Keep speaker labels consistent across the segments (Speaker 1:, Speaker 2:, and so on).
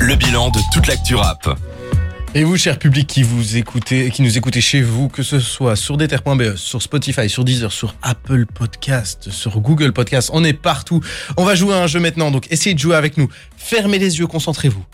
Speaker 1: le bilan de toute l'actu rap.
Speaker 2: Et vous, cher public qui vous écoutez, qui nous écoutez chez vous, que ce soit sur Déter.be, E, sur Spotify, sur Deezer, sur Apple Podcast, sur Google Podcast, on est partout. On va jouer à un jeu maintenant, donc essayez de jouer avec nous. Fermez les yeux, concentrez-vous.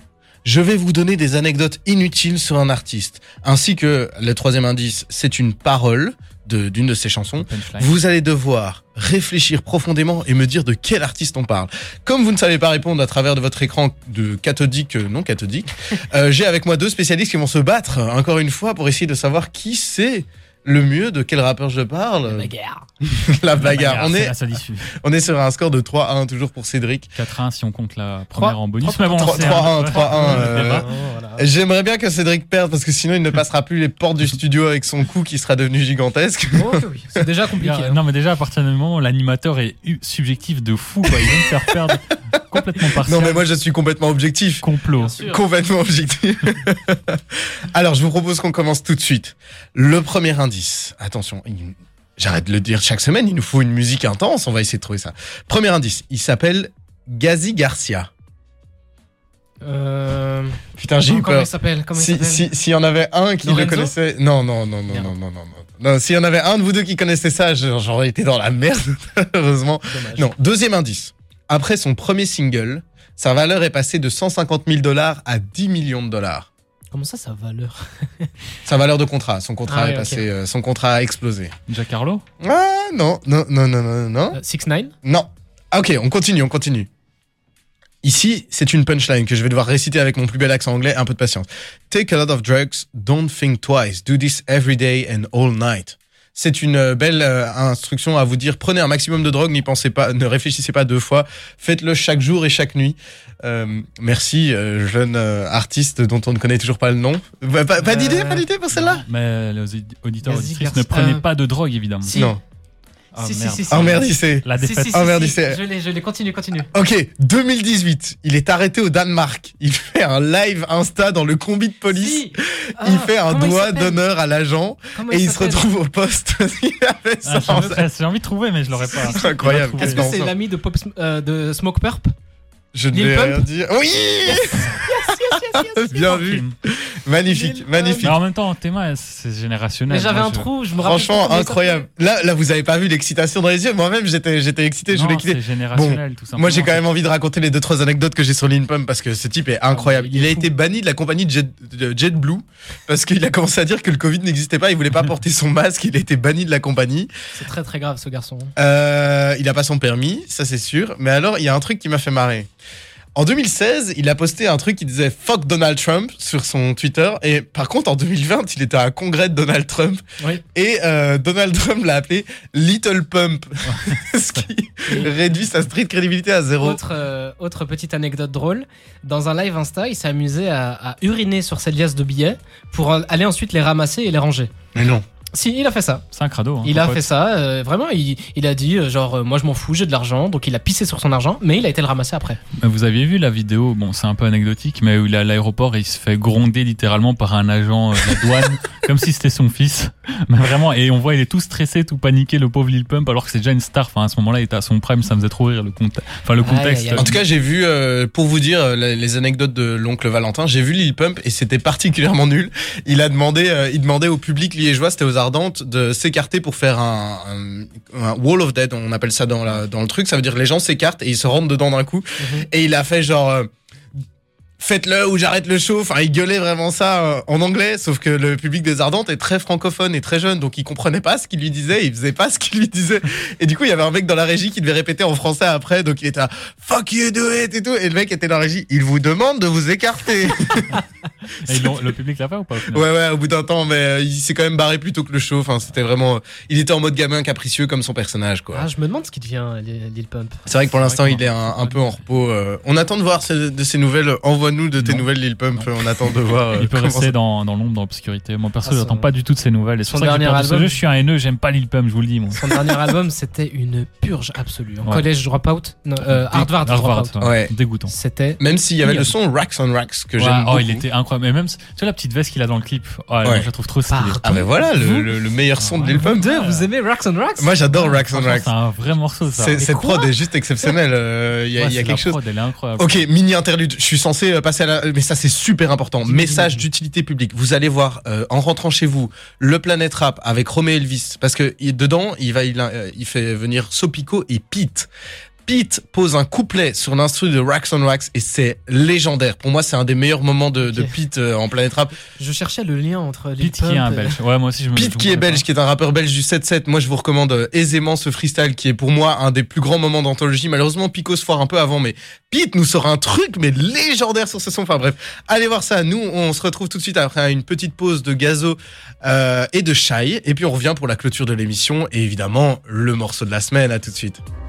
Speaker 2: Je vais vous donner des anecdotes inutiles sur un artiste, ainsi que le troisième indice, c'est une parole de- d'une de ses chansons. Vous allez devoir réfléchir profondément et me dire de quel artiste on parle. Comme vous ne savez pas répondre à travers de votre écran de cathodique, euh, non cathodique, euh, j'ai avec moi deux spécialistes qui vont se battre euh, encore une fois pour essayer de savoir qui c'est le mieux, de quel rappeur je parle. La bagarre. la bagarre. On,
Speaker 3: Ah, c'est
Speaker 2: est,
Speaker 3: la seule issue.
Speaker 2: on est sur un score de 3 à 1 toujours pour Cédric.
Speaker 3: 4-1 si on compte la
Speaker 4: Trois-
Speaker 3: première en bonus. Mais bon, on
Speaker 2: 3
Speaker 3: sait, hein.
Speaker 2: 3 1 3 1.
Speaker 4: euh,
Speaker 3: Ouais.
Speaker 4: Oh,
Speaker 2: J'aimerais bien que Cédric perde parce que sinon il ne passera plus les portes du studio avec son coup qui sera devenu gigantesque.
Speaker 4: Oh, C'est déjà compliqué.
Speaker 3: Regarde,
Speaker 4: hein.
Speaker 3: Non mais déjà à partir du moment où l'animateur est u- subjectif de fou, quoi. il vient de faire perdre complètement partiel.
Speaker 2: Non mais moi je suis complètement objectif.
Speaker 3: complot.
Speaker 4: sûr.
Speaker 2: Complètement objectif. Alors, je vous propose qu'on commence tout de suite. Le premier indice. Attention, il- j'arrête de le dire chaque semaine, il nous faut une musique intense, on va essayer de trouver ça. Premier indice, il s'appelle Gazi Garcia.
Speaker 4: Euh,
Speaker 2: Putain, j'ai eu
Speaker 4: comment
Speaker 2: peur.
Speaker 4: il s'appelle Comment il
Speaker 2: Si- S'il
Speaker 4: s'appelle
Speaker 2: si y en avait un qui le
Speaker 4: Lorenzo
Speaker 2: connaissait. Non, non, non, non,
Speaker 4: Merde.
Speaker 2: non, non, non, non. Non, S'il y en avait un de vous deux qui connaissait ça, je- j'aurais été dans la merde, heureusement.
Speaker 4: Dommage.
Speaker 2: Non, deuxième indice. Après son premier single, sa valeur est passée de 150 000 dollars à 10 millions de dollars.
Speaker 4: Comment ça, sa valeur
Speaker 2: Sa valeur de contrat, son contrat
Speaker 4: Ah
Speaker 2: est
Speaker 4: oui,
Speaker 2: passé,
Speaker 4: ok.
Speaker 2: euh, son contrat a explosé.
Speaker 3: Jack Harlow
Speaker 2: Ah non, non, non, non, non, non,
Speaker 4: 6 ix 9
Speaker 2: non. Ah, ok, on continue, on continue. Ici, c'est une punchline que je vais devoir réciter avec mon plus bel accent anglais, un peu de patience. Take a lot of drugs, don't think twice, do this every day and all night. C'est une euh, belle euh, instruction à vous dire. Prenez un maximum de drogue, n'y pensez pas, ne réfléchissez pas deux fois. Faites-le chaque jour et chaque nuit. Euh, merci, euh, jeune euh, artiste dont on ne connaît toujours pas le nom. Bah, pas pas d'idée,
Speaker 4: Euh,
Speaker 2: pas d'idée pour celle-là.
Speaker 3: Mais les auditeurs
Speaker 4: Vas-y,
Speaker 3: auditrices
Speaker 4: garce-
Speaker 3: ne prenez
Speaker 4: euh,
Speaker 3: pas de drogue évidemment.
Speaker 4: si.
Speaker 2: Non.
Speaker 3: Ah,
Speaker 4: si, si,
Speaker 3: merde.
Speaker 4: si, si.
Speaker 2: Oh merde, il sait.
Speaker 3: La
Speaker 4: Si, si,
Speaker 3: défaite.
Speaker 4: si,
Speaker 2: Ah,
Speaker 4: si,
Speaker 2: merde,
Speaker 4: si.
Speaker 2: il s'est-
Speaker 4: Je l'ai, je l'ai. Continue, continue.
Speaker 2: Ok, 2018, il est arrêté au Danemark. Il fait un live Insta dans le combi de police.
Speaker 4: Si. Ah,
Speaker 2: il fait un
Speaker 4: comment il
Speaker 2: doigt
Speaker 4: s'appelle
Speaker 2: d'honneur à l'agent
Speaker 4: Comment
Speaker 2: et il se
Speaker 4: s'appelle
Speaker 2: retrouve au poste. il avait ça
Speaker 3: Ah, j'en
Speaker 2: en-
Speaker 3: veux- ah, J'ai envie de trouver mais je l'aurais pas.
Speaker 2: C'est incroyable.
Speaker 3: Il m'a
Speaker 4: Est-ce
Speaker 3: trouvé.
Speaker 4: que
Speaker 2: Non,
Speaker 4: c'est
Speaker 2: non.
Speaker 4: l'ami de, Pop Sm- euh, de Smoke Purp
Speaker 2: Je ne
Speaker 4: Lil
Speaker 2: vais
Speaker 4: Pump
Speaker 2: rien dire. Oui Bien vu. Magnifique,
Speaker 4: Lil
Speaker 2: magnifique.
Speaker 3: Mais en même temps, Théma, c'est générationnel.
Speaker 4: Mais j'avais
Speaker 3: Moi,
Speaker 4: un
Speaker 3: je-
Speaker 4: trou, je me rappelle. pas
Speaker 2: Franchement,
Speaker 4: comment il
Speaker 2: incroyable. Là, là, vous avez pas vu l'excitation dans les yeux. Moi-même, j'étais, j'étais excité. Je
Speaker 3: Non,
Speaker 2: voulais quitter.
Speaker 3: C'est générationnel, tout simplement.
Speaker 2: Moi, j'ai quand même envie de raconter les deux trois anecdotes que j'ai sur Pump parce que ce type est incroyable.
Speaker 3: Ah, mais il
Speaker 2: Il a
Speaker 3: est fou.
Speaker 2: été banni de la compagnie de Jet- de JetBlue parce qu'il a commencé à dire que le Covid n'existait pas. Il voulait pas porter son masque. Il a été banni de la compagnie.
Speaker 4: s'appelle. C'est très très grave ce garçon.
Speaker 2: Euh, il a pas son permis, ça c'est sûr. Mais alors, il y a un truc qui m'a fait marrer. En 2016, il a posté un truc qui disait fuck Donald Trump sur son Twitter. Et par contre, en 2020, il était à un congrès de Donald Trump.
Speaker 4: Oui.
Speaker 2: Et euh, Donald Trump l'a appelé Little Pump. ce qui réduit sa street crédibilité à zéro.
Speaker 4: Autre, euh, autre petite anecdote drôle, dans un live Insta, il s'est amusé à, à uriner sur ses liasses de billets pour en- aller ensuite les ramasser et les ranger.
Speaker 2: Mais non.
Speaker 4: Si, il a fait ça.
Speaker 3: C'est un crado. hein,
Speaker 4: Il
Speaker 3: ton
Speaker 4: a
Speaker 3: pote.
Speaker 4: fait ça, euh, vraiment, il, il a dit, euh, genre, euh, moi je m'en fous, j'ai de l'argent, donc il a pissé sur son argent, mais il a été le ramasser après.
Speaker 3: Mais Vous aviez vu la vidéo, bon, c'est un peu anecdotique, mais où il est à l'aéroport et il se fait gronder littéralement par un agent euh, de la douane, comme si c'était son fils. Mais vraiment, et on voit, il est tout stressé, tout paniqué, le pauvre Lil Pump, alors que c'est déjà une star. Enfin, à ce moment-là, il était à son prime, ça me faisait trop rire le, conte- enfin, le
Speaker 4: Aïe, aïe,
Speaker 3: contexte.
Speaker 4: aïe.
Speaker 2: En tout cas, j'ai vu, euh, pour vous dire euh, les les anecdotes de l'oncle Valentin, j'ai vu Lil Pump et c'était particulièrement nul. Il a demandé, euh, il demandait au public liégeois, c'était aux Ardentes, de s'écarter pour faire un, un- un wall of dead, on appelle ça dans, la, dans le truc. Ça veut dire que les gens s'écartent et ils se rentrent dedans d'un coup. Et il a fait genre. euh, Faites-le ou j'arrête le show. Enfin, il gueulait vraiment ça euh, en anglais. Sauf que le public des Ardentes est très francophone et très jeune, donc il comprenait pas ce qu'il lui disait. Il faisait pas ce qu'il lui disait. Et du coup, il y avait un mec dans la régie qui devait répéter en français après. Donc il était à fuck you do it et tout. Et le mec était dans la régie. Il vous demande de vous écarter.
Speaker 3: Et ils l'ont- le public l'a fait ou pas au final
Speaker 2: ouais, ouais. Au bout d'un temps, mais euh, il s'est quand même barré plus tôt que le show. Enfin, c'était vraiment. euh, il était en mode gamin capricieux comme son personnage, quoi.
Speaker 4: Ah, je me demande ce qui devient Lil Lil Pump.
Speaker 2: C'est vrai que pour
Speaker 3: C'est
Speaker 2: l'instant,
Speaker 3: vrai
Speaker 2: il
Speaker 3: qu'on-
Speaker 2: est un, un peu en repos. euh. on attend de voir ce- de ces nouvelles. euh, Envoie-nous de tes
Speaker 3: Non.
Speaker 2: nouvelles, Lil Pump. On attend de voir. euh,
Speaker 3: Il peut
Speaker 2: comment ça-
Speaker 3: rester dans, dans l'ombre, dans l'obscurité. Moi, perso,
Speaker 4: Ah, son-
Speaker 3: j'attends pas du tout de ses nouvelles. Et c'est
Speaker 4: son
Speaker 3: pour ça que j'ai
Speaker 4: dernier
Speaker 3: peur de ce
Speaker 4: album.
Speaker 3: jeu. Je suis un haineux, j'aime pas Lil Pump, je vous le dis, moi.
Speaker 4: Son dernier album, c'était une purge absolue. En
Speaker 3: Ouais.
Speaker 4: collège dropout, non, euh, Harvard dropout.
Speaker 3: Harvard, ouais.
Speaker 2: Ouais.
Speaker 3: Dégoûtant.
Speaker 4: C'était
Speaker 2: Même s'il y avait le son Racks on Racks que
Speaker 3: Ouais,
Speaker 2: j'aime
Speaker 3: oh,
Speaker 2: beaucoup.
Speaker 3: il était incroyable. Et même, tu vois, la petite veste qu'il a dans le clip, oh, elle-
Speaker 2: Ouais.
Speaker 3: je la trouve trop stylée.
Speaker 4: Pardon.
Speaker 2: Ah bah voilà, le,
Speaker 4: Vous-
Speaker 2: le- le meilleur son de
Speaker 3: Ouais,
Speaker 2: Lil Pump.
Speaker 4: Deux, vous aimez Racks on Racks
Speaker 2: Moi j'adore Rax on
Speaker 3: Franchement,
Speaker 2: Rax.
Speaker 3: C'est un vrai morceau, ça.
Speaker 2: C'est-
Speaker 3: Ouais,
Speaker 2: Cette
Speaker 4: quoi
Speaker 2: prod est juste exceptionnelle. euh, Il y a, il y a
Speaker 3: c'est la
Speaker 2: quelque chose.
Speaker 3: prod, elle est incroyable.
Speaker 2: Ok, mini interlude. Je suis censé euh, passer à la. Mais ça, c'est super important. Message d'utilité publique. Vous allez voir, euh, en rentrant chez vous, le Planète Rap avec Romé Elvis. Parce que il- dedans, il, va, il, euh, il fait venir Sopico et Pete. Pete pose un couplet sur l'instru de Rax on Rax et c'est légendaire. Pour moi, c'est un des meilleurs moments de, de
Speaker 4: Ok.
Speaker 2: Pete euh, en Planète Rap.
Speaker 4: Je cherchais le lien entre les
Speaker 3: Pete qui est un belge. Ouais, moi aussi, je me
Speaker 2: Pete
Speaker 3: je me
Speaker 2: qui est
Speaker 3: connais
Speaker 2: belge, qui est un rappeur belge du 7-7. Moi, je vous recommande euh, aisément ce freestyle qui est pour moi un des plus grands moments d'anthologie. Malheureusement, Pico se foire un peu avant, mais Pete nous sort un truc, mais légendaire sur ce son. Enfin bref, allez voir ça. Nous, on se retrouve tout de suite après une petite pause de Gazo euh, et de Shai. Et puis, on revient pour la clôture de l'émission et évidemment, le morceau de la semaine. À tout de suite.
Speaker 3: pas.